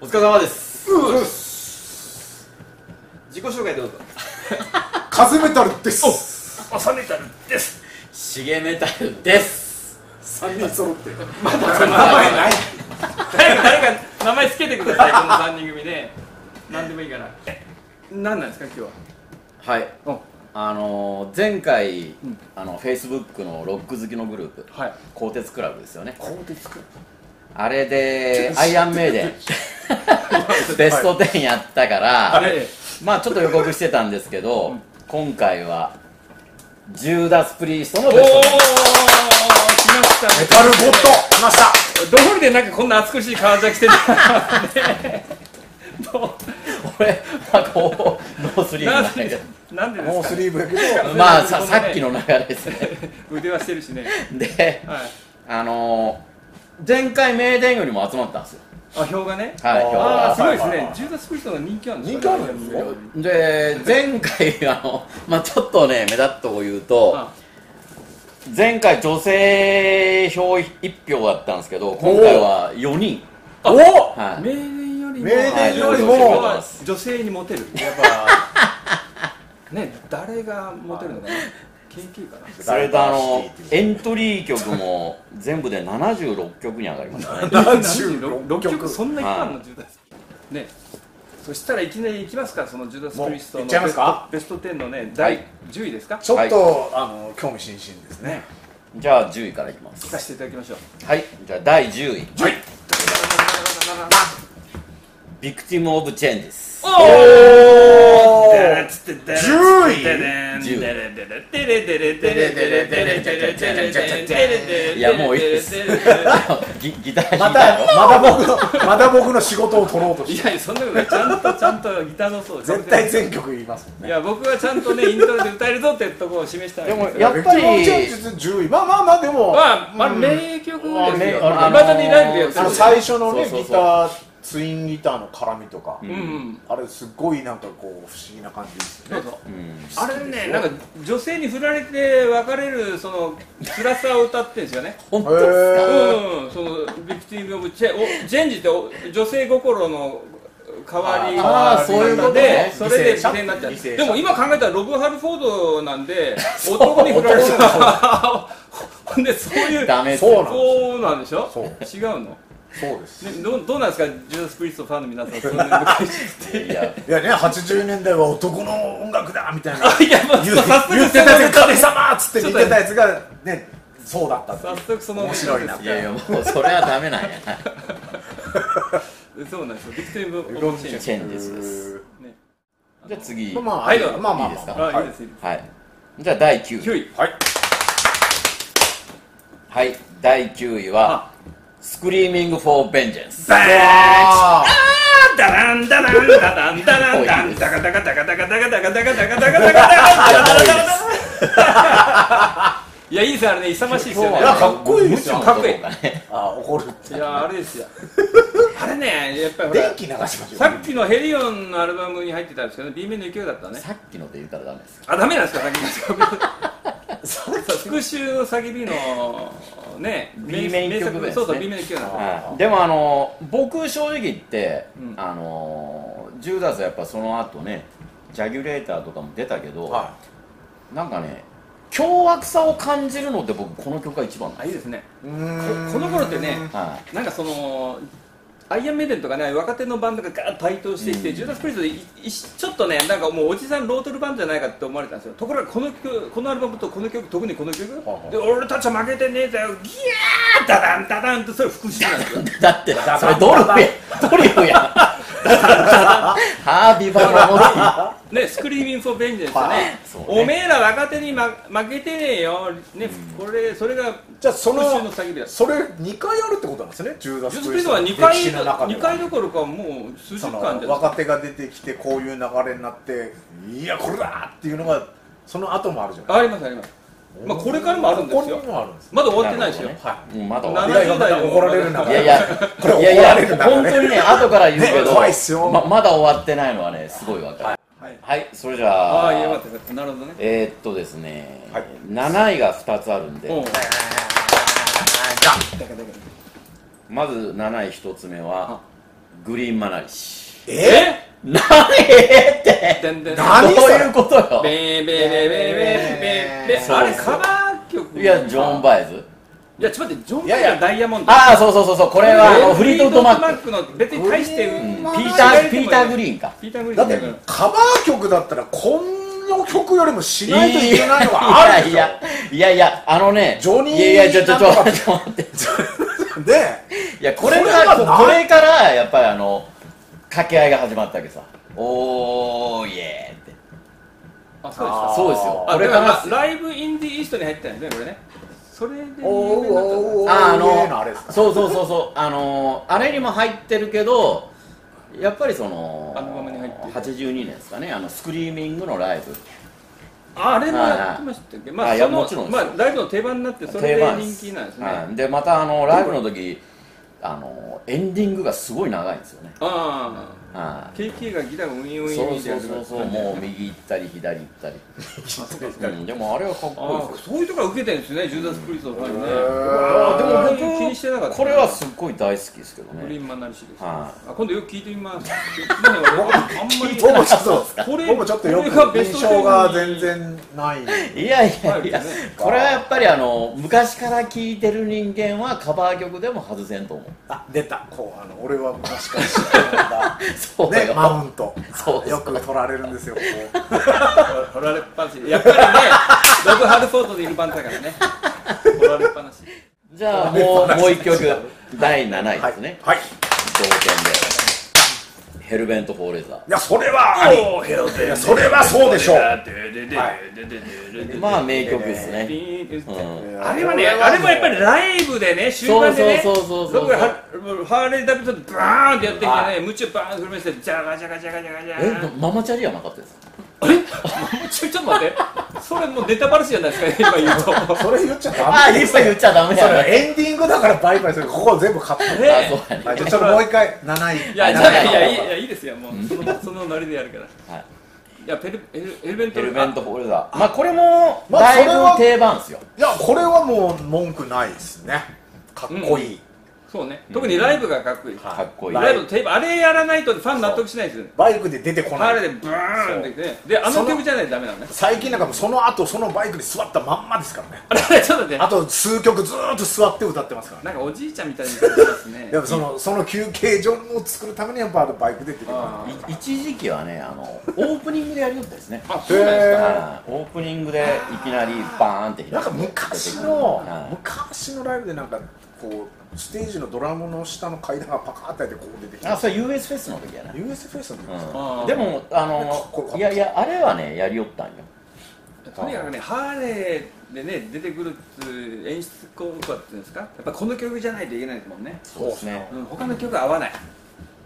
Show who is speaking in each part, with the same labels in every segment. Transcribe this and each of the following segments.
Speaker 1: お疲れ様です
Speaker 2: うっ
Speaker 1: 自己紹介どうぞ
Speaker 2: カズメタルです
Speaker 3: 朝メタルです
Speaker 1: シゲメタルです
Speaker 2: 三人揃って
Speaker 1: まだ
Speaker 2: 名前ない
Speaker 3: 誰か誰か名前つけてく ださいこの三人組で何でもいいから何なんですか今日は
Speaker 4: はい
Speaker 2: うん
Speaker 4: あのー、前回、
Speaker 2: ん
Speaker 4: あのフェイスブックのロック好きのグループ、
Speaker 2: はい
Speaker 4: 鋼鉄クラブですよね
Speaker 2: 鋼鉄くん
Speaker 4: あれでアイアンメイデンベスト10やったから、
Speaker 2: れ
Speaker 4: まあちょっと予告してたんですけど、今回はジューダス・プリーストのベスト10
Speaker 3: 来ました
Speaker 2: メタルボット来ました
Speaker 3: どこにでなんかこんな美しい革ジャ着てるど
Speaker 4: 俺まあこうノース
Speaker 3: う
Speaker 4: リーブな
Speaker 3: な
Speaker 4: んんだけ
Speaker 3: でなんで
Speaker 2: ノ
Speaker 3: で
Speaker 2: ー
Speaker 3: す
Speaker 2: ス
Speaker 3: か
Speaker 2: リーブやけど
Speaker 4: どまあささっきの流れですね
Speaker 3: 腕はしてるしね
Speaker 4: で
Speaker 3: はい
Speaker 4: あのー、前回名電よりも集まったんですよ
Speaker 3: あ票がね
Speaker 4: はい今日
Speaker 3: ああ
Speaker 4: は
Speaker 3: すごいです
Speaker 2: はいはい
Speaker 3: ね
Speaker 2: はい
Speaker 3: ジューダスプリストが人気あるんです
Speaker 2: 人気あるんですよ
Speaker 4: で前回あの、まあ、ちょっとね目立ったとこ言うと、
Speaker 3: あ
Speaker 4: 前回女性票1票だったんですけど今回は4人
Speaker 3: お
Speaker 4: はい
Speaker 3: 名電よりも
Speaker 2: 名電
Speaker 4: よりも
Speaker 3: はい女性にモテるやっぱね誰がモテるのかな研究かな
Speaker 4: それとあのエントリー曲も 全部で76曲に上がりましたね
Speaker 2: 76
Speaker 3: 6曲
Speaker 2: 曲
Speaker 3: そんなにいっぱいあるの
Speaker 4: は
Speaker 3: ジューダスねそしたらいきなりいきますかそのジューダス・プリスト
Speaker 2: もういっ
Speaker 3: の
Speaker 2: ちゃいますか
Speaker 3: ベストベスト10のね第
Speaker 4: はい
Speaker 3: 10位ですか
Speaker 2: ちょっ
Speaker 4: は
Speaker 2: と、あの興味津々ですね
Speaker 4: じゃあ10位からいきます
Speaker 3: 聞かせていただきましょう
Speaker 4: はいじゃあ第10位
Speaker 2: はい
Speaker 4: ビクティム・オブ・チェンジ です
Speaker 2: お
Speaker 3: 10
Speaker 2: ー位
Speaker 4: 10
Speaker 3: 位
Speaker 4: いやもういいですギギター弾い
Speaker 2: ま
Speaker 4: た
Speaker 2: た
Speaker 4: よ
Speaker 2: まだ僕のまだ僕の仕事を取ろうと
Speaker 3: い
Speaker 2: して
Speaker 3: やいやそんなことないちゃんとちゃんとギターのそう
Speaker 2: 絶対全曲言いますもん
Speaker 3: い
Speaker 2: ね
Speaker 3: や僕はちゃんとねイントロで歌えるぞってとこを示したい
Speaker 4: でも
Speaker 3: や
Speaker 4: やっぱり
Speaker 2: 劇場実10位まあまあまあでも、
Speaker 3: まあまあ
Speaker 2: うん
Speaker 3: 名曲ですよ
Speaker 2: あ
Speaker 3: い
Speaker 2: 名
Speaker 4: あのー
Speaker 3: まだにライブでやって
Speaker 2: あ
Speaker 3: る
Speaker 2: の最初のね
Speaker 4: そうそうそう
Speaker 2: ギターツインギターの絡みとか、
Speaker 3: うんうん
Speaker 2: あれすごいなんかこう不思議な感じですよね
Speaker 3: そうそう
Speaker 4: うん
Speaker 3: あれねなんか女性に振られて別れるその辛さを歌ってるんですよね
Speaker 4: 本
Speaker 2: へ
Speaker 4: 当ですか
Speaker 3: う
Speaker 2: ー
Speaker 3: んうんそのビクティブ・オブ・チェおジェンジってお女性心の代わり
Speaker 4: あーそういうこと
Speaker 3: で
Speaker 4: ね
Speaker 3: それで
Speaker 2: 犠
Speaker 3: 犠
Speaker 2: 牲者
Speaker 3: 牲になっちゃ
Speaker 2: 犠
Speaker 3: う
Speaker 2: 牲者
Speaker 3: でも今考えたらロブ・ハルフォードなんで男に振られたらほんでそういう
Speaker 4: ダメっす
Speaker 2: そうなんです
Speaker 3: そうなんでしょ
Speaker 2: そう
Speaker 3: 違うの
Speaker 2: そうです
Speaker 3: ね、どうどうなんですか、ジュース・プリストファンの皆さん、そんなに昔っ
Speaker 4: いや
Speaker 2: いやね80年代は男の音楽だみたいな
Speaker 3: ていや、もう
Speaker 2: 言う
Speaker 3: 早速
Speaker 2: 言ってたやつ神様っつって言ってたやつがねそうだったっていう
Speaker 3: 早速その
Speaker 2: 面白いない
Speaker 4: やいやもうそれはダメなんやな
Speaker 3: そうなんですよ、ビクティブ・オブ・チェンジ
Speaker 4: チェンジスです
Speaker 3: ね
Speaker 4: じゃあ次
Speaker 2: まあまあ、
Speaker 3: はい
Speaker 2: まあまあまあ
Speaker 4: いいですか
Speaker 3: あ、いいです、いいです
Speaker 4: はいじゃあ第9位
Speaker 3: 九位、
Speaker 2: はい
Speaker 4: はい、第9位は、スクリーミング・フォー・ベンジェンス。
Speaker 2: あ
Speaker 3: ダランダランダランダランダン、ダカダカダカダカダカダカダカダカダカダカダカダカダカダカいや、いいですよ、あれね、勇ましいですよね
Speaker 2: い。やかっこいいですよ
Speaker 4: もう
Speaker 3: かっこいい
Speaker 4: どこかね
Speaker 2: ーあー怒るって
Speaker 3: いや、あれですよ、あれね、やっぱりほ
Speaker 2: 電
Speaker 3: ら、
Speaker 2: 気流しましょう
Speaker 3: さっきのヘリオンのアルバムに入ってたんですけど、B 面の勢いだったね。
Speaker 4: さっきので言ったらダメですか。
Speaker 3: あ、ダメなんですか、先に。復讐の叫びのね、
Speaker 4: B 面
Speaker 3: 名作
Speaker 4: 曲ですね
Speaker 3: そうそう、B 面の曲なんだ。
Speaker 4: はいでもあの僕正直言って、
Speaker 3: うん
Speaker 4: あのジューダスはやっぱその後ねジャギュレーターとかも出たけど、
Speaker 2: は
Speaker 4: なんかね凶悪さを感じるのって僕この曲が一番なん
Speaker 3: あ、
Speaker 4: で
Speaker 3: いい
Speaker 4: す
Speaker 3: ですね。
Speaker 2: いこ
Speaker 3: ここの頃ってね、
Speaker 4: は
Speaker 3: なんかその、アイアンメイデンとかね、若手のバンドがガーッと台頭してきて、
Speaker 4: うん
Speaker 3: ジューダス・プリストでいいちょっとね、なんかもうおじさんロートルバンドじゃないかって思われたんですよ。ところがこの曲、このアルバムとこの曲、特にこの曲、
Speaker 2: はいはい
Speaker 3: で俺たちは負けてねえだよ、ギャーダダンダダンってそれ復讐なんですよ。
Speaker 4: いだってそれドルフやドリフやハービバラモ
Speaker 3: ね、スクリーミング・フォー・ベンジェンスだね
Speaker 4: そうね
Speaker 3: おめえら若手に、ま、負けてねえよ、ね、これそれが
Speaker 2: じゃあその
Speaker 3: 復讐の叫びだ
Speaker 2: それ2回あるってことなんですね10月
Speaker 3: ジュース・プリストは2回
Speaker 2: の中で
Speaker 3: 二回どころかもう数十
Speaker 2: その
Speaker 3: 巻じゃない
Speaker 2: 若手が出てきてこういう流れになっていやこれだっていうのがその後もあるじゃない
Speaker 3: ありますあります、まあ、これからもあるんですよ
Speaker 2: ここにもあるんです
Speaker 3: まだ終わってないですよ、
Speaker 4: なるほ
Speaker 2: は
Speaker 4: リうんまだ終わ
Speaker 2: い
Speaker 4: ら
Speaker 3: 70
Speaker 4: ない
Speaker 2: 未
Speaker 3: 代
Speaker 2: 来がまた怒られる中
Speaker 4: いやい
Speaker 2: で
Speaker 4: や、
Speaker 2: これ
Speaker 4: いやい
Speaker 2: 怒られる
Speaker 4: や、
Speaker 2: 中で
Speaker 4: 本当にね、後から言うけ
Speaker 2: ね
Speaker 4: ど、
Speaker 2: 怖いっすよ
Speaker 4: ままだ終わってないのはね、すごいわかる。
Speaker 3: はい、
Speaker 4: はい、それじ
Speaker 3: あ
Speaker 4: ゃ
Speaker 3: あいやよか
Speaker 4: あ
Speaker 3: っ、たよかったなるほどね
Speaker 4: えーっとですね
Speaker 2: はい、
Speaker 4: 7位が2つあるん
Speaker 3: おう
Speaker 4: で、
Speaker 3: だか
Speaker 2: じゃあ
Speaker 3: らだから
Speaker 4: まず7位1つ目は
Speaker 3: あ、
Speaker 4: グリーンマナリシ
Speaker 2: え
Speaker 4: 何えって
Speaker 3: でんでん
Speaker 4: ど
Speaker 2: 何
Speaker 4: う
Speaker 2: それ
Speaker 4: いうことよ
Speaker 3: べーべーべーべーべーべーべーあれカバー曲
Speaker 4: いやジョーン・バイズ
Speaker 3: いやちょっと待ってジョン・
Speaker 2: いや
Speaker 3: バイ
Speaker 2: い
Speaker 3: ズ
Speaker 2: や
Speaker 3: はダイヤモンド
Speaker 4: ああそうそうそうそうこれはあの
Speaker 3: フ
Speaker 4: フ
Speaker 3: リ
Speaker 4: リ
Speaker 3: ー
Speaker 4: ー
Speaker 3: ト
Speaker 4: ト
Speaker 3: ウ
Speaker 4: ウ
Speaker 3: ッ
Speaker 4: ッ
Speaker 3: ド
Speaker 4: ド
Speaker 3: マ
Speaker 4: マッ
Speaker 3: ックの別に対して
Speaker 2: うん
Speaker 4: クピーター・ピーター・グ
Speaker 3: ーン
Speaker 4: リーンか
Speaker 3: ピーター・グリー
Speaker 2: だ
Speaker 3: ン
Speaker 2: っ
Speaker 3: だ
Speaker 2: て
Speaker 3: から
Speaker 2: カバー曲だったらこの曲よりもしないといけないのがあるでしょ
Speaker 4: いやいやいやいやあのね
Speaker 2: ジョニー
Speaker 4: いやいやちょちょちょ
Speaker 2: なんとか
Speaker 4: ちょっと待って
Speaker 2: で
Speaker 4: いやこれ
Speaker 2: これ
Speaker 4: が
Speaker 2: は
Speaker 4: こ
Speaker 2: な
Speaker 4: これからやっぱりあの掛け合いが始まったわけさおーイエーって
Speaker 3: あそうでした
Speaker 2: あー
Speaker 4: そうですよ
Speaker 3: あ
Speaker 4: こ
Speaker 3: れ
Speaker 4: れ
Speaker 3: か
Speaker 4: からら
Speaker 3: ライブインディーイーストに入ったんだよねこれねそれで有名になった
Speaker 2: おうおうお
Speaker 3: ん
Speaker 2: う
Speaker 3: だ
Speaker 4: ああ
Speaker 2: おう
Speaker 4: の
Speaker 2: のあれですか
Speaker 4: そうそうそうそうあのあれにも入ってるけどやっぱりその
Speaker 3: アルバムに入ってる
Speaker 4: 82年ですかねあのスクリーミングのライブ
Speaker 3: あれもやってましたっけまあ
Speaker 4: あいや
Speaker 3: その
Speaker 4: もちろんで
Speaker 3: ますあ
Speaker 4: よ
Speaker 3: ライブの定番になってそれ
Speaker 4: 定
Speaker 3: で
Speaker 4: 番で
Speaker 3: 人
Speaker 4: す
Speaker 3: 気なんですね
Speaker 4: はい、でまたあのライブの時あのエンディングがすごい長いんですよね
Speaker 3: ああ
Speaker 4: はい
Speaker 3: KK がギターをウィンウィンウ
Speaker 4: そ
Speaker 3: ィン
Speaker 4: う
Speaker 3: って
Speaker 4: そ
Speaker 3: や
Speaker 4: う
Speaker 3: る
Speaker 4: そうそうもう右行ったり左行ったり、うん、でもあれはかっこいいです
Speaker 3: ああ
Speaker 4: よ
Speaker 3: そういうところ受けてるんですね、ジューダス・プリーストのファンね。
Speaker 2: ー
Speaker 3: あーでも僕気にしてなかったな。
Speaker 4: これはすっごい大好きですけど
Speaker 3: グリー
Speaker 4: ね
Speaker 3: ンマンなりしです。
Speaker 4: は
Speaker 3: あ今度よく聞いてみます。今のはあんまり
Speaker 2: 僕もちょっと
Speaker 3: これ
Speaker 2: 僕もちょっとよ
Speaker 3: これが
Speaker 2: く
Speaker 3: ベス
Speaker 2: 印
Speaker 3: ト
Speaker 2: 象が
Speaker 3: 10に
Speaker 2: 全然ない
Speaker 4: いやいやいや
Speaker 3: 入るね
Speaker 4: これはやっぱりあの昔から聴いてる人間はカバー曲でも外せんと思う
Speaker 2: あ出たこうあの俺は昔から知ってるん だ
Speaker 4: そうよ、
Speaker 2: ねマウント
Speaker 4: そう
Speaker 2: よく取られるんですよこう
Speaker 3: 掘られっぱなし。やっぱりね、ロブ・ハルフォードでいるバンドだからね。掘られっぱなし。
Speaker 4: じゃあもうもう一曲第7位ですね、
Speaker 2: はいはい
Speaker 4: 同点でヘルベント・フォーレザ
Speaker 2: いやそれはありいやそれはそうでしょう
Speaker 4: ーまあ名曲ですね、
Speaker 2: いや
Speaker 3: あれはね、あれもやっぱりライブでね、終盤でね、
Speaker 4: そうそうそうそうそう
Speaker 3: 僕らハハーレー・ダビッドでバーンってやってきてね、ムチをバーンって振りまして、ジャガジャガジャガジャガジャ
Speaker 4: え
Speaker 3: ガ。
Speaker 4: ママチャリはなかったですか
Speaker 3: ちょちょっと待って、それもうネタバレしじゃないですか、今言うと。
Speaker 2: それ言っちゃダ
Speaker 4: ああ
Speaker 2: メ
Speaker 4: いっぱい言っちゃダメ
Speaker 2: そ
Speaker 4: やなあ
Speaker 2: れエンディングだからバイバイするここ全部カット
Speaker 3: ねえ
Speaker 4: そうやね
Speaker 2: はい、じゃあちょっともう一回7位
Speaker 3: いや、い
Speaker 4: 長
Speaker 3: や
Speaker 4: い
Speaker 3: い
Speaker 4: の
Speaker 3: や、いいいや、いいですよ、もう、その、そのノリでやるから。
Speaker 4: はい
Speaker 3: いや、ペル、エル、エルベント。
Speaker 4: ヘルベント・フォーレザーまあこれも
Speaker 2: まあ
Speaker 4: だ
Speaker 2: それはい
Speaker 4: ぶ定番ですよ、
Speaker 2: いやこれはもう文句ないですねかっこいい、
Speaker 3: そうね、特にライブがかっこいい。
Speaker 4: かっこいい
Speaker 3: ライブのテープ、あれやらないと、ファン納得しないですよね。
Speaker 2: バイクで出てこ
Speaker 3: あ
Speaker 2: な
Speaker 3: れ
Speaker 2: い
Speaker 3: で、ブーンってね、で、あの曲じゃないとダメなのね。
Speaker 2: 最近なんかもうその後そのバイクに座ったまんまですからね
Speaker 3: あれ、ちょっとね
Speaker 2: あ、と数曲ずーっと座って歌ってますからね
Speaker 3: なんかおじいちゃんみたいになってますね
Speaker 2: やっ。ぱそのその休憩所を作るためにやっぱあのバイクで出てこ
Speaker 3: あ
Speaker 2: ない
Speaker 4: い一時期はねあのオープニングでやりよったです ね
Speaker 3: あ、そうなんですか。
Speaker 4: はいオープニングでいきなりバーンって
Speaker 2: なんか昔の
Speaker 4: はい
Speaker 2: 昔のライブでなんかこうステージのドラムの下の階段がパカーって開いてこう出てき
Speaker 4: あ
Speaker 2: た
Speaker 4: それ US フェスの時やな、
Speaker 2: US フェスの時ですか、
Speaker 4: う
Speaker 3: あー
Speaker 4: ん、でもあ
Speaker 2: かっこよかっ
Speaker 4: の
Speaker 2: た
Speaker 4: いやいやあれはねやりよったんよ
Speaker 3: とにかくね、ハーレーでね、出てくるっていう演出効果っていうんですか。やっぱこの曲じゃないといけないですもんね。
Speaker 4: そうですね
Speaker 3: うん、他の曲合わない。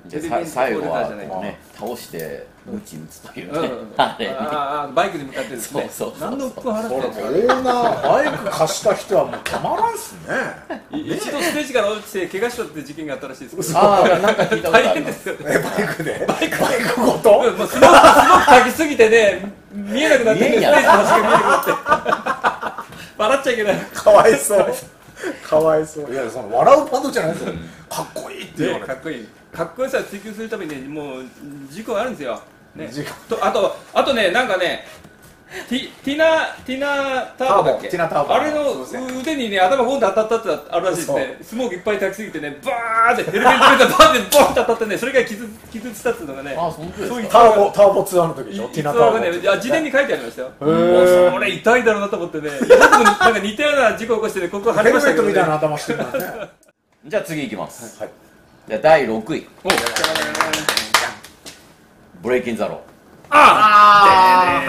Speaker 4: で
Speaker 3: ヘルベ
Speaker 4: さ
Speaker 3: ント
Speaker 4: 最後は
Speaker 3: フォーレザーじゃない
Speaker 4: こうね倒してムチ打つという
Speaker 3: うん
Speaker 4: ね、 あれね
Speaker 3: あーバイクに向かってですね
Speaker 4: そうそうそう
Speaker 3: 何の鬱憤払ってるんですか
Speaker 2: オーナーバイク貸した人はもうたまらんっすね
Speaker 3: い一度ステージから落ちて怪我しとって事件があったらしいですけど
Speaker 4: ああなんか聞いたこと
Speaker 3: 大
Speaker 4: ある
Speaker 3: 変ですよね
Speaker 2: えバイクでバイクごと
Speaker 3: うんもうすごくすごく炊きすぎてね見えなくなってね
Speaker 4: 見えん
Speaker 3: ステ
Speaker 4: やろ
Speaker 3: ージの端が見えなくなって笑っちゃいけない
Speaker 2: かわいそうかわいそういやその笑うバンドじゃないですよ、かっこいいって言わ
Speaker 3: ね
Speaker 2: れ
Speaker 3: か
Speaker 2: て
Speaker 3: っこいいかっこよさを追求するためにねもう事故あるんですよ、ね
Speaker 2: 事、
Speaker 3: とあとあとねなんかねティティナティナターボだっけ
Speaker 2: ターボティナターボ
Speaker 3: あれの
Speaker 2: すいません
Speaker 3: 腕にね頭ボンって当たったってあるらしいですねスモークいっぱい炊きすぎてねバーってヘルメットがバーってボンって当たってねそれが傷傷つったっていうのがね
Speaker 4: あ本当です
Speaker 3: そ
Speaker 4: か
Speaker 3: ういう
Speaker 2: ターボターボツアーの時で
Speaker 3: い
Speaker 2: しょテ
Speaker 3: 逸
Speaker 2: ィナ
Speaker 3: 話
Speaker 2: ターボ
Speaker 3: がねいや事前に書いてありましたよもう
Speaker 2: ー
Speaker 3: それ痛いだろうなと思ってねいや僕もなんか似たような事故起こしてねここ腫
Speaker 2: ヘ
Speaker 3: れま
Speaker 2: ル
Speaker 3: し
Speaker 2: メッ
Speaker 3: たけど
Speaker 2: トみ
Speaker 3: ね
Speaker 2: たいな頭してるからね
Speaker 4: じゃあ次いきます、
Speaker 2: はい
Speaker 4: じゃあ第6位「
Speaker 3: お
Speaker 4: ブレイキン・ザ・ロ
Speaker 2: あ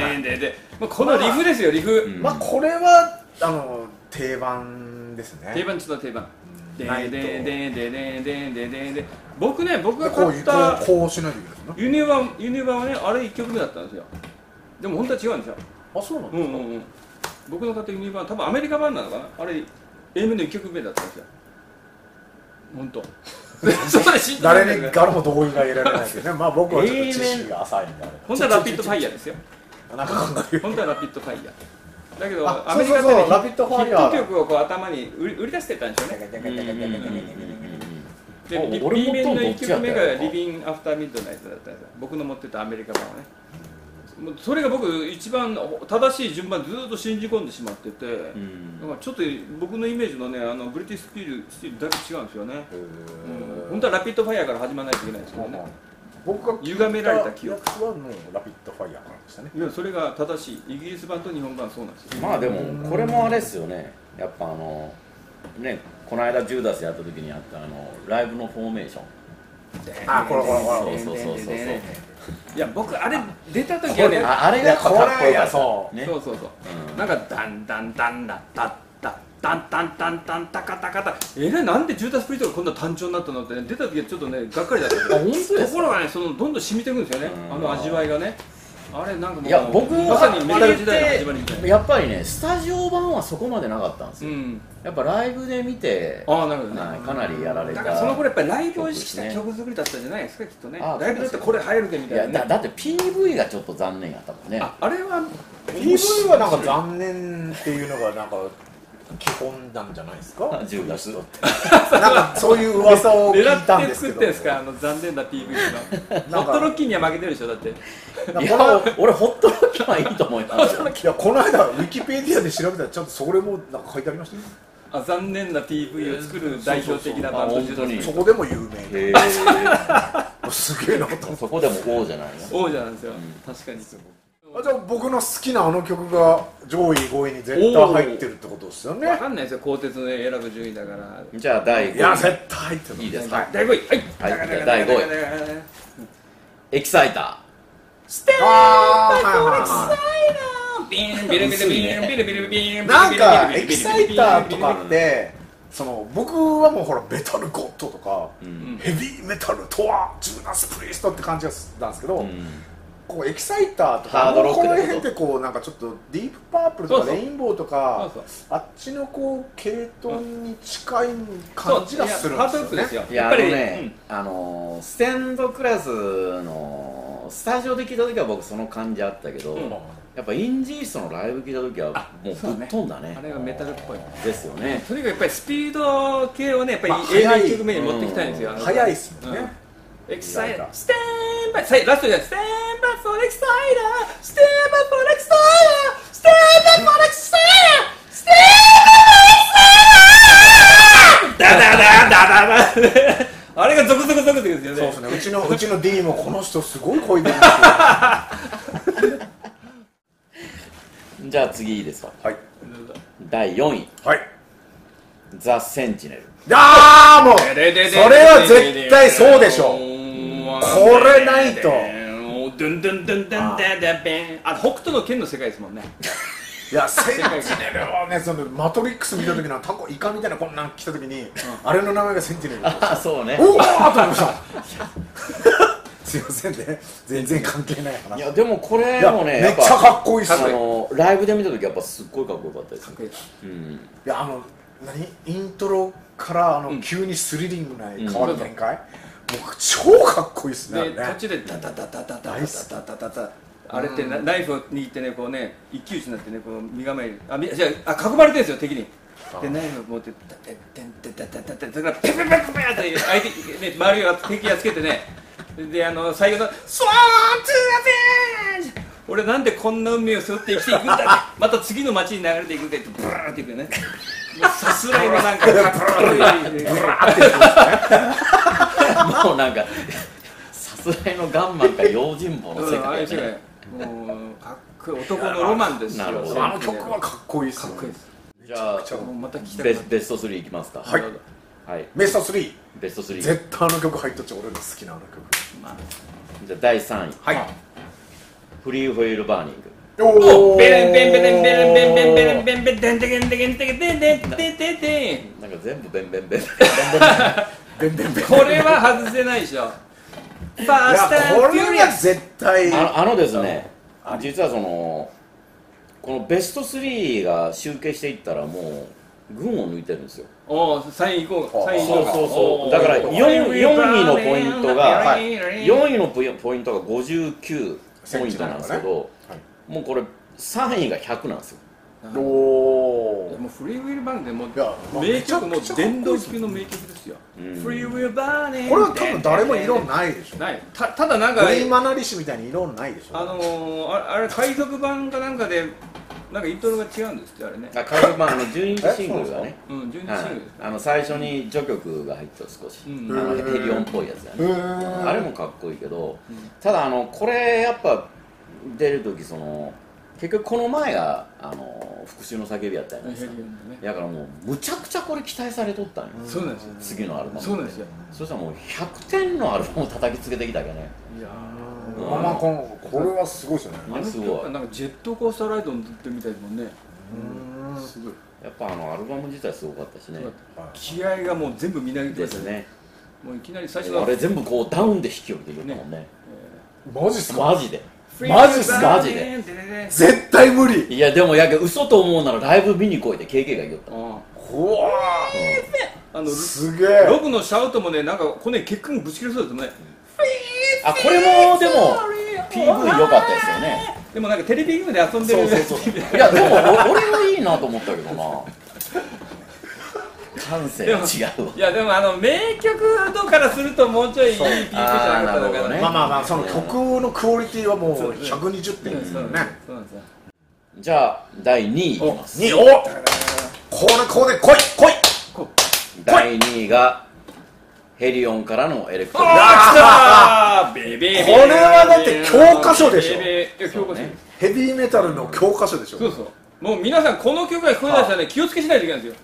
Speaker 3: でででででででまあこのリフですよリ
Speaker 4: ー」う
Speaker 3: フ
Speaker 4: ん
Speaker 2: まあこれはあの定番ですね
Speaker 3: 定番ちょっと定番で
Speaker 2: ないと
Speaker 3: でででででででで僕ね僕が
Speaker 2: こう
Speaker 3: 買
Speaker 2: い
Speaker 3: っ
Speaker 2: うこ
Speaker 3: た
Speaker 2: うこうしないといけないですね
Speaker 3: ユニバンユニバンはねあれ1曲目だったんですよでも本当は違うんですよ
Speaker 2: あそうな
Speaker 3: うんうんうん僕の買ったユニバン多分アメリカ版なのかなあれ A 面の1曲目だったんですよ本 当それ知ってたんだ
Speaker 2: 誰
Speaker 3: け
Speaker 2: に
Speaker 3: ど
Speaker 2: 誰も同意が得られないですねまあ僕はちょっと知識が浅いんで
Speaker 3: 本当はラピッドファイヤーですよ
Speaker 2: あれなんか考える
Speaker 3: 本当はラピッドファイヤーだけ
Speaker 2: あ
Speaker 3: どア
Speaker 2: そ
Speaker 3: メ
Speaker 2: う
Speaker 3: リ
Speaker 2: そ
Speaker 3: カ
Speaker 2: う
Speaker 3: で
Speaker 2: そう
Speaker 3: ね
Speaker 2: ラピッドファイ
Speaker 3: ヒ
Speaker 2: ヤ
Speaker 3: ッ
Speaker 2: ー
Speaker 3: ト曲をこう頭に売り売り出してったんでしょうね
Speaker 4: ー」うんうんうんうん
Speaker 3: で
Speaker 4: お俺
Speaker 3: リ
Speaker 4: 持
Speaker 3: リ
Speaker 4: っ
Speaker 3: ベ
Speaker 4: と
Speaker 3: ン
Speaker 4: ん
Speaker 3: の
Speaker 4: どっ
Speaker 3: 1
Speaker 4: ちやった
Speaker 3: 曲目
Speaker 4: やろ
Speaker 3: が「リビン・アフター・ミッドナイト」だったんですよ僕の持ってたアメリカ版はねもうそれが僕一番正しい順番ずっと信じ込んでしまってて、
Speaker 4: ん
Speaker 3: だからちょっと僕のイメージのねあのブリティスピールスティールだいぶ違うんですよね、うん本当はラピッドファイヤーから始まらないといけないんですけどね、
Speaker 2: 僕が
Speaker 3: 歪められた記憶
Speaker 2: はもうラピッドファイヤーからでしたね
Speaker 3: いやそれが正しいイギリス版と日本版はそうなんですよ
Speaker 4: まあでもこれもあれっすよねやっぱあのねこの間ジューダスやった時にあったあのライブのフォーメーション
Speaker 2: あこれこれこれ
Speaker 4: そうそうそうそう
Speaker 3: いや僕あれ出た時は
Speaker 4: これ
Speaker 3: ね
Speaker 4: ああれがやっぱかっこよかった
Speaker 2: そう
Speaker 4: ね
Speaker 3: そうそうそう、
Speaker 4: うん
Speaker 3: なんかダンダンダンダンダンダンダンダンダンダンタカタカタえらいなんでジューダスプリットがこんな単調になったのってね出た時はちょっとねがっかりだったけど
Speaker 4: あ本当ですか
Speaker 3: ところがねそのどんどん染みていくんですよね
Speaker 4: うん
Speaker 3: あの味わいがねあれなんかもう
Speaker 4: いや僕
Speaker 3: まさにメタル時代の始まりみたいな
Speaker 4: やっぱりねスタジオ版はそこまでなかったんです
Speaker 3: う
Speaker 4: よ、
Speaker 3: ん
Speaker 4: やっぱライブで見て
Speaker 3: ああなるほどね
Speaker 4: はいかなりやられた
Speaker 3: だからその頃やっぱりライブを意識した曲作りだったんじゃないですかきっとね
Speaker 4: ああ
Speaker 3: ライブだってこれ入るでみ
Speaker 4: い
Speaker 3: た
Speaker 4: や
Speaker 3: いな
Speaker 4: だ
Speaker 3: ね
Speaker 4: だって PV がちょっと残念やったもんね
Speaker 3: ああれは
Speaker 2: PV はなんか残念っていうのがなんか基本なんじゃないですか
Speaker 4: 10月
Speaker 2: なんかそういう噂を聞いた
Speaker 3: 狙
Speaker 2: ん
Speaker 3: って
Speaker 2: です
Speaker 3: 作
Speaker 2: けど
Speaker 3: ってんすかあの残念な PV
Speaker 2: な
Speaker 3: の
Speaker 2: んか
Speaker 3: ホットロッキーには負けてるでしょだって
Speaker 2: ないん
Speaker 4: や
Speaker 2: かこの
Speaker 4: 俺ホットロッキーはいいと思いますよ
Speaker 2: いやこの間ウィキペディアで調べたらちゃんとそれもなんか書いてありましたよ
Speaker 3: あ残念な PV を作る代表的なバンド
Speaker 4: そうそうそうあ本当に
Speaker 2: そこでも有名
Speaker 4: へえ
Speaker 2: すげえなと思って
Speaker 4: そこでも王じゃないの
Speaker 3: 王者なんですよ、確かに
Speaker 2: あじゃあ僕の好きなあの曲が上位5位に絶対入ってるってことですよね
Speaker 3: 分かんないですよ鋼鉄の選ぶ順位だから
Speaker 4: じゃあ第
Speaker 2: いや絶
Speaker 4: 5
Speaker 2: 対入ってる
Speaker 4: 位いいですか
Speaker 3: 第5位はい、
Speaker 4: はいじゃあ第五位
Speaker 3: 位
Speaker 4: エキサイタ
Speaker 2: あーはいはいはい
Speaker 3: ビンビルビルビンビルビルビン
Speaker 2: なんかエキサイターとかってその僕はもうほらメタルゴッドとか、ヘビーメタルとはジューナス・プリストって感じがしたんですけ
Speaker 4: ー、
Speaker 2: ど、
Speaker 4: うん
Speaker 2: こうエキサイターと
Speaker 4: ハ
Speaker 2: か
Speaker 4: ード
Speaker 2: も
Speaker 4: ロ
Speaker 2: う
Speaker 4: ック
Speaker 2: こ
Speaker 4: ってこと
Speaker 2: の辺ってこうなんかちょっとディープパープルと
Speaker 3: そう
Speaker 2: か
Speaker 3: そう
Speaker 2: レインボーとか
Speaker 3: そう
Speaker 2: あっちのこう系統に近い
Speaker 3: そ
Speaker 2: 感
Speaker 3: う
Speaker 2: じがするんですよね
Speaker 3: ですよ
Speaker 4: い
Speaker 3: や
Speaker 4: や
Speaker 3: っぱ
Speaker 4: あ
Speaker 3: り
Speaker 4: のね、あのーステンドクラスのスタジオで聞いた時は僕その感じあったけど、
Speaker 3: うん
Speaker 4: やっぱインジーストのライブ聞いた時はもう
Speaker 3: そう
Speaker 4: ぶ
Speaker 3: ね
Speaker 4: っ飛んだね
Speaker 3: あれがメタルっぽい
Speaker 4: ですよね
Speaker 3: とにかくやっぱりスピード系をねやっぱり
Speaker 2: まあ
Speaker 3: 映
Speaker 2: 速
Speaker 3: 画
Speaker 2: い
Speaker 3: 1曲目に持ってきたいんですよ、あの
Speaker 2: 早いっすよね、
Speaker 3: エキサイ
Speaker 2: なん
Speaker 3: ダー
Speaker 2: か
Speaker 3: ステンバイさいラストじゃないステンバイフォーエキサイダーステンバイフォーエキサイダーステンバイフォーエキサイダーステンバイフォーエキサイダーダダダダダダあれがゾクゾクゾクってくるんですよね
Speaker 2: そうですねうちのうちの D もこの人すごい声出るんですよは
Speaker 4: じゃあ次いいですか
Speaker 2: い
Speaker 4: 第4位
Speaker 2: はい
Speaker 4: ザ・センチネル
Speaker 2: ああもうそれは絶対そうでしょうこれないと
Speaker 3: ドゥンドゥンドゥンドゥンドゥンドゥンドゥンあ北斗の剣の世界ですもんね
Speaker 2: いやセンチネルはねそのマトリックス見た時のタコイカみたいなこんなん来た時に、あれの名前がセンチネル
Speaker 4: あそうね
Speaker 2: おおーと思いましたすいませんね 全然関係ない話
Speaker 4: い
Speaker 2: い
Speaker 4: やでもこれ
Speaker 2: や
Speaker 4: もね
Speaker 2: めっ
Speaker 4: や
Speaker 2: ちゃかっこいいっす
Speaker 4: あ
Speaker 2: よい
Speaker 4: のーライブで見た時やっぱすっごいかっこよかったですねうん
Speaker 2: やあの何イントロからあの、急にスリリングな変わる展開、僕超かっこいいっすねあれ
Speaker 3: で
Speaker 2: ね
Speaker 3: 途中でタタタタタタタタタタタあれってなナイフを握ってねこうね一騎打ちになってねこう身構えるあみじゃああ囲まれてるんですよ敵にでナイフを持ってタタタタタタタタだからペペペペペって相手ね周りを敵やっつけてねであの最後の「スワーンツーアベンジ!」俺なんでこんな運命を背負って生きていくんだってまた次の街に流れていくんだってブラーっていくよねもうさすらいのなんかかっこいい
Speaker 4: もうなんかさすらいのガンマンか用心棒の世
Speaker 3: うんああい
Speaker 4: 界
Speaker 3: う世
Speaker 4: ね、
Speaker 3: 界もうかっこいい男のロマンですよ
Speaker 4: なるほど
Speaker 2: あの曲はかっこいいっす
Speaker 3: かっ
Speaker 2: よ
Speaker 3: こいい
Speaker 2: ね
Speaker 3: です
Speaker 4: じゃあ
Speaker 3: もうまた聞きたく
Speaker 4: ベ
Speaker 3: なっ
Speaker 4: スベスト3いきますか
Speaker 3: た
Speaker 4: はい、
Speaker 2: い
Speaker 4: はい、
Speaker 2: メスト3
Speaker 4: ベスト3
Speaker 2: 絶対あの曲入っとっちゃ俺の好きなあの曲
Speaker 3: まあ
Speaker 4: じゃあ第3位
Speaker 2: はい
Speaker 4: フリーホイールバーニング
Speaker 2: お
Speaker 3: ベレンベンベレンベレンベンベンベレン
Speaker 2: ン
Speaker 3: ベンベンデンデケンデケンデケンデンデンデンデンデン
Speaker 4: なんか全部ベンベンベン
Speaker 2: ベンベンベン
Speaker 3: これは外せないでしょファー
Speaker 2: いや
Speaker 3: スト
Speaker 2: こ
Speaker 3: フューリ
Speaker 2: れ
Speaker 3: ア
Speaker 2: は
Speaker 3: ス
Speaker 2: 絶対
Speaker 4: あのあのですね実はそのこのベスト3が集計していったらもう群を抜いてるんですよ
Speaker 3: おお3位いこうか3位い
Speaker 4: そ
Speaker 3: こ
Speaker 4: う
Speaker 3: うか
Speaker 4: そうそう
Speaker 3: おー
Speaker 4: だから
Speaker 2: そう
Speaker 4: 4, 位のポイントが、
Speaker 3: はい
Speaker 4: 4位のポイポイントが59ポイントなんですけど、もうこれ3位が100なんですよ
Speaker 2: おお
Speaker 3: もうフリーウィルバーンでもう
Speaker 2: いやまあ
Speaker 3: 名曲も
Speaker 2: め
Speaker 3: う
Speaker 2: ちゃくちゃかっこいいです
Speaker 3: 殿堂級の名曲ですよ、
Speaker 4: うん
Speaker 3: フリーウィルバーン
Speaker 2: これは多分誰も色ないでしょ
Speaker 3: ないたただなんか
Speaker 2: グリーンマナリシみたいに色ないでしょ
Speaker 3: あのー、ああれ海賊版かなんかでなんかイントロが違うんですってあれね
Speaker 4: あ海賊版あの12インチシングルがね
Speaker 3: うん12シングル
Speaker 4: はい
Speaker 3: ですね
Speaker 4: あの最初に序曲が入ってる少し、
Speaker 3: うん
Speaker 4: あのヘリオンっぽいやつだね、
Speaker 2: へー
Speaker 4: あれもかっこいいけど、
Speaker 3: うん
Speaker 4: ただあのこれやっぱ出る時その結局この前があの復讐の叫びやったじゃないですか
Speaker 3: ね
Speaker 4: だからもうむちゃくちゃこれ期待されとったんよ、
Speaker 3: そうなんですよ
Speaker 4: 次のアルバム
Speaker 3: そうなんですよ
Speaker 4: そしたらもう100点のアルバムを叩きつけてきたけどね
Speaker 3: いや
Speaker 2: うんまあまあこのこれはすごいですよね
Speaker 4: いやすごい
Speaker 3: なんかジェットコースターライド乗ってるみたいですもんね
Speaker 2: うん
Speaker 3: すごい
Speaker 4: やっぱあのアルバム自体すごかったしね
Speaker 3: すごい気合がもう全部みなぎって
Speaker 4: で
Speaker 3: ました
Speaker 4: すね
Speaker 3: もういきなり最初
Speaker 4: あれ全部こうダウンで引き寄ってくるもんね
Speaker 2: マジっすか
Speaker 4: マジで
Speaker 2: マジっすか
Speaker 4: マジで
Speaker 2: 絶対無理
Speaker 4: いやでもやけど嘘と思うならライブ見に来いで KK が言おった
Speaker 3: あ
Speaker 2: うわ
Speaker 3: あの
Speaker 2: ー
Speaker 3: ロ
Speaker 2: すげえ
Speaker 3: ロブのシャウトもねなんかこれ結構ぶち切れそうですもんね
Speaker 4: あこれもでも PV 良かったですよね
Speaker 3: でもなんかテレビゲームで遊んでる
Speaker 4: そうそういやでもお俺はいいなと思ったけどな感性が違うわ
Speaker 3: いやでもあの名曲とからするともうちょいいい PV じゃなかった
Speaker 4: あーな
Speaker 3: のかな
Speaker 4: るほどね
Speaker 2: まあまあまあその曲のクオリティはもう120点です
Speaker 3: そ
Speaker 2: か
Speaker 3: う
Speaker 2: らね
Speaker 3: そうなんですよ
Speaker 4: じゃあ第2位いきます
Speaker 2: におこれこれ来い来い
Speaker 4: 第2位がヘリオンからのエレクトリ
Speaker 3: あ
Speaker 4: ッ
Speaker 3: ー来たーベイベーベー
Speaker 2: これはだって教科書でしょ
Speaker 3: ベイベーいや教科
Speaker 4: ク
Speaker 3: 書
Speaker 4: ね
Speaker 2: ヘビーメタルの教科書でしょ
Speaker 3: そうそうもう皆さんこの曲が聞こえたらね気をつけしないといけないんですよ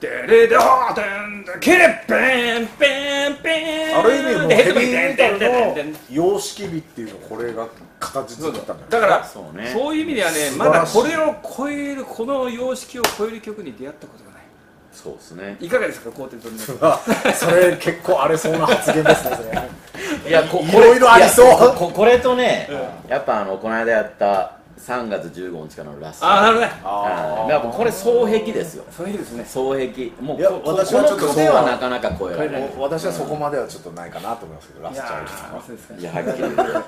Speaker 3: デレデホーデンデケレペンペンペン
Speaker 2: ある意味もう
Speaker 3: でヘ
Speaker 2: ヘ
Speaker 3: ッドバ
Speaker 2: ビー
Speaker 3: イデ
Speaker 2: メタ
Speaker 3: ンデンデンデ
Speaker 2: ル
Speaker 3: ン
Speaker 2: の様式美っていうのをこれが形
Speaker 3: そ
Speaker 2: 作
Speaker 3: う
Speaker 2: った
Speaker 3: そ
Speaker 2: ん
Speaker 3: う
Speaker 2: だ
Speaker 3: だ
Speaker 2: よ
Speaker 3: から
Speaker 4: そうね
Speaker 3: そういう意味ではね
Speaker 2: 素
Speaker 3: ま
Speaker 2: 晴
Speaker 3: だ
Speaker 2: らしい
Speaker 3: これを超えるこの様式を超える曲に出会ったことがない
Speaker 4: そうですね
Speaker 3: いかがですかコーテントリ の
Speaker 2: あそれ結構荒れそうな発言ですねそれ
Speaker 4: いやこ
Speaker 2: いろいろありそう
Speaker 4: いやこここれとね、やっぱあのこの間やった3月15日からのラスト
Speaker 3: ああなるほどね
Speaker 4: あーやっぱこれ双璧ですよ
Speaker 3: そういうですね
Speaker 4: 双璧もう
Speaker 2: いや
Speaker 4: ここ
Speaker 2: 私はちょっと
Speaker 4: この
Speaker 2: そう
Speaker 4: 壁はなかなか超えられ
Speaker 3: 超えら
Speaker 4: な
Speaker 3: れ
Speaker 4: い
Speaker 3: ない
Speaker 2: お私はそこまではちょっとないかなと思いますけどラ
Speaker 3: い
Speaker 2: スチ
Speaker 3: や
Speaker 2: ャイルド
Speaker 3: ーそうですか
Speaker 4: いやはっきり言う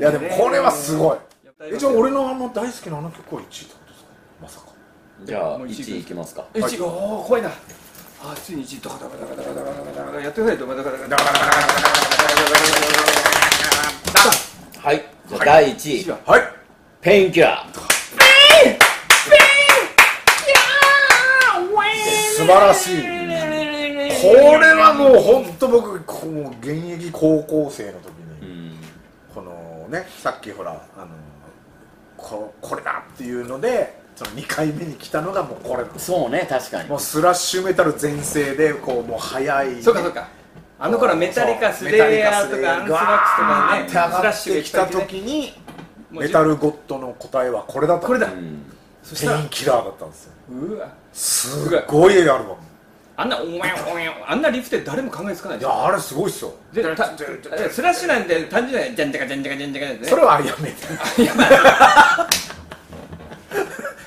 Speaker 2: いやでもこれはすごいえ
Speaker 3: え
Speaker 2: じゃあ俺のあの大好きなあの曲は1位ってことですかまさか
Speaker 4: じゃあ
Speaker 3: もう一位
Speaker 4: 1位いきますか
Speaker 3: 一位おお怖いなあついに一位ドカドカドカドカドカドカドカやってくださいドカドカドカドカドカドカドカド
Speaker 4: はいじゃあ第1
Speaker 3: 一
Speaker 4: 位
Speaker 3: 位は
Speaker 2: はい
Speaker 4: ペインキラー
Speaker 2: 素晴らしいこれはもう本当僕こう現役高校生の時
Speaker 4: う
Speaker 2: に
Speaker 4: ん
Speaker 2: このねさっきほらあのここれだっていうのでその2回目に来たのがもうこれ
Speaker 4: そうね確かに
Speaker 2: もうスラッシュメタル全盛でこうもう速い
Speaker 3: そうかそうかあの頃メタリカスレイヤーとかアンスラックスとかねスラッシ
Speaker 2: 上
Speaker 3: ュ
Speaker 2: が
Speaker 3: が
Speaker 2: ってき
Speaker 3: いったぱいいてね
Speaker 2: 時に
Speaker 3: もうじ
Speaker 2: メタルゴッドの答えはこれだった
Speaker 3: これだ
Speaker 4: うん
Speaker 3: そし
Speaker 2: ペ
Speaker 3: たら
Speaker 2: インキラーだったんですよ
Speaker 3: うわ
Speaker 2: すっごいアルバム
Speaker 3: あんなおやおやあんなリフって誰も考えつかない
Speaker 2: い
Speaker 3: でしょ
Speaker 2: やあれすごいっすよ
Speaker 3: でたスラッシュなんて単純なじゃんじゃかじゃんじゃかじゃんじゃかですね
Speaker 2: それはアイアンメイド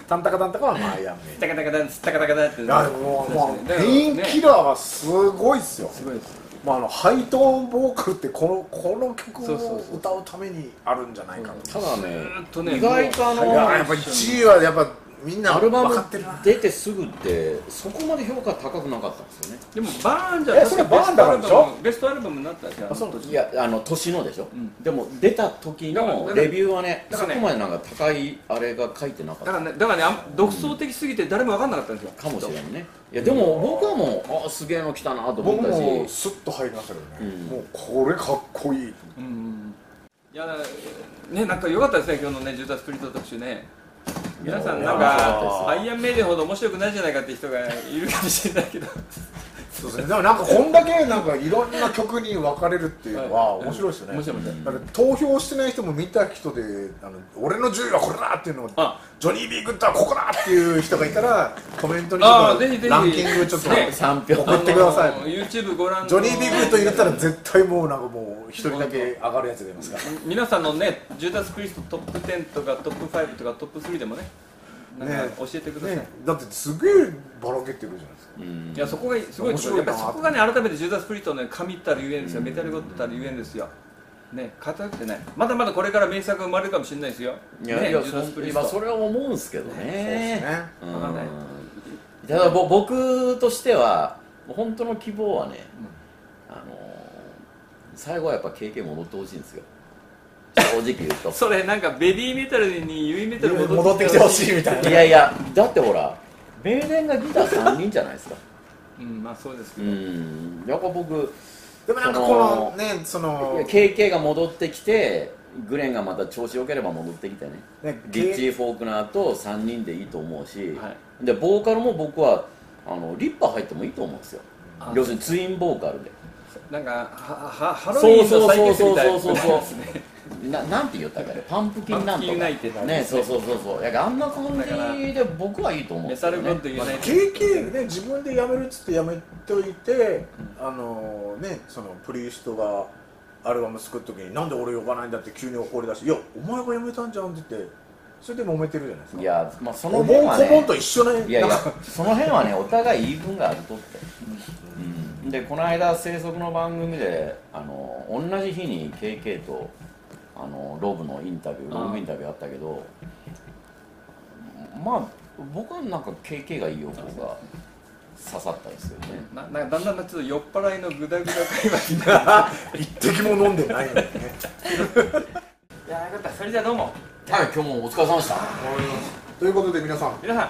Speaker 2: タンタカタンタカはまあアイアンメイ
Speaker 3: タカタカダンスタカタカダンって
Speaker 2: ドいやでももう
Speaker 3: だから
Speaker 2: ペインキラーはすごいっすよ
Speaker 3: すごいです
Speaker 2: まああのハイトーンボーカルってこのこの曲
Speaker 3: そうそう
Speaker 2: を
Speaker 3: そう
Speaker 2: 歌うためにあるんじゃないかと
Speaker 4: ただ
Speaker 3: ーっとね
Speaker 4: ね意外とあ
Speaker 2: いやや
Speaker 4: の
Speaker 2: っぱ1位はやっぱみんな
Speaker 4: アル
Speaker 2: 分
Speaker 4: バム
Speaker 2: かってるな
Speaker 4: 出てすぐってそこまで評価高くなかったんですよね
Speaker 3: でもバーンじゃ
Speaker 2: えそれバーンだからでしょ
Speaker 3: ベストアルバムになったじゃん
Speaker 2: そう
Speaker 4: いやあの年のでしょ、
Speaker 3: ん
Speaker 4: でも出た時のレビューはね
Speaker 3: だ
Speaker 4: そ
Speaker 3: から
Speaker 4: こ
Speaker 3: ね
Speaker 4: までなんか高いあれが書いてなかっ
Speaker 3: だ
Speaker 4: た
Speaker 3: からね、だからねあん、独創的すぎて誰も分かんなかったんですよ。
Speaker 4: かもしれないねいやでも僕はもうあすげえの来たなと思
Speaker 2: 僕
Speaker 4: った
Speaker 2: も
Speaker 4: し
Speaker 2: スッと入りましたけど
Speaker 4: う
Speaker 2: ね
Speaker 4: ん
Speaker 2: もうこれかっこいい
Speaker 3: うん。いや、ね、なんか良かったですね、今日のね、ジュータスプリット特集ね。皆さん、なん
Speaker 4: いや面白
Speaker 3: か、
Speaker 4: か
Speaker 3: アイアンメイデンほど面白くないんじゃないかって人がいるかもしれないけど。
Speaker 2: そうですねでもなんかこんだけなんかいろんな曲に分かれるっていうのは面白いですよね
Speaker 3: 面白い面白い
Speaker 2: だから投票してない人も見た人であの俺の10位はこれだっていうのを
Speaker 3: あ
Speaker 2: ジョニー・ビー・グッドはここだっていう人がいたらコメントにち
Speaker 3: あ
Speaker 2: ょ
Speaker 3: ー
Speaker 2: っ
Speaker 3: ぜひ
Speaker 2: と
Speaker 3: ぜひ
Speaker 2: ランキングちょっと
Speaker 3: ね
Speaker 4: 3票
Speaker 2: 送ってください
Speaker 3: あの YouTube ご覧の
Speaker 2: ジョニー・ビー・グッド入れたら絶対もうなんかもう一人だけ上がるやつ出ますから
Speaker 3: 皆さんのね、ジュータスプリットトップ10とかトップ5とかトップ3でもね、なん
Speaker 2: ね
Speaker 3: か教えてください。
Speaker 2: ねだってすげえばらけてるじゃないですか
Speaker 4: うん
Speaker 3: いやそこがすごい
Speaker 2: 面白いな
Speaker 3: やっぱりそこがね改めてジューダスプリットのね神ったるゆえんですよ、メタルゴッドたるゆえんですよね偏ってないまだまだこれから名作が生まれるかもしれないですよ
Speaker 4: いや、
Speaker 3: ね
Speaker 4: いや
Speaker 3: ジューダスプ
Speaker 4: そ
Speaker 3: リスト
Speaker 4: 今それは思うんですけどね
Speaker 2: ですね
Speaker 4: うん
Speaker 3: わかんない
Speaker 4: ただぼ僕としては本当の希望はね、あのー最後はやっぱ経験戻ってほしいんですよ正直言う と
Speaker 3: それなんかベビーメタルにユイメタル
Speaker 2: 戻ってきてほしいみたいない
Speaker 4: やいやだってほら名電がギター3人じゃないですか
Speaker 3: うんまあそうですけ
Speaker 4: う
Speaker 3: ど、
Speaker 4: んやっぱ僕
Speaker 2: でもなんかこのねその
Speaker 4: KK が戻ってきてグレンがまた調子良ければ戻ってきてね
Speaker 2: ね
Speaker 4: リッチー・フォークナーと3人でいいと思うし、
Speaker 3: はい
Speaker 4: でボーカルも僕はあのリッパー入ってもいいと思うんですよ
Speaker 3: あ
Speaker 4: 要するにツインボーカルで
Speaker 3: なんかははハロウィンの再結みたいな
Speaker 4: そうそうそうそうななんて言ったかねパンプキンなんと
Speaker 3: パンプキ
Speaker 4: か
Speaker 3: ンナイテッド
Speaker 4: ねそうそうそうそうやからあんな感
Speaker 3: だから
Speaker 4: じで僕はいいと思うん
Speaker 3: メ
Speaker 4: です
Speaker 3: タ
Speaker 4: よ
Speaker 3: ル
Speaker 4: ね
Speaker 3: ゴッドユナイテッ
Speaker 2: KK ね自分で辞めるっつって辞めといて、あのねそのプリーストがアルバム作る時になんで俺呼ばないんだって急に怒り出して「いやお前が辞めたんじゃん」って言ってそれで揉めてるじゃないですか
Speaker 4: いやまあその
Speaker 2: おぼ
Speaker 4: 辺
Speaker 2: ん
Speaker 4: は
Speaker 2: こぼん
Speaker 4: ね
Speaker 2: と一緒ね
Speaker 4: いやい
Speaker 2: な
Speaker 4: や
Speaker 2: んか
Speaker 4: その辺はねお互い言い分があるとって、うん、でこの間生息の番組であの同じ日に KK とあのロブのインタビューロ
Speaker 3: あ
Speaker 4: ブ
Speaker 3: あ
Speaker 4: インタビューあったけどまあ僕はなんか KK がいいよ方が刺さったんですよね
Speaker 3: ドななんかだんだんちょっと酔っ払いのグダグダ会話にな る
Speaker 2: 一滴も飲んでないのにね
Speaker 3: いやよかったそれじゃあどうも
Speaker 4: はい今日もお疲れ様でした
Speaker 2: ということで皆さん
Speaker 3: 皆さん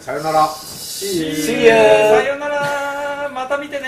Speaker 2: さよなら
Speaker 4: See you
Speaker 3: さようならまた見てね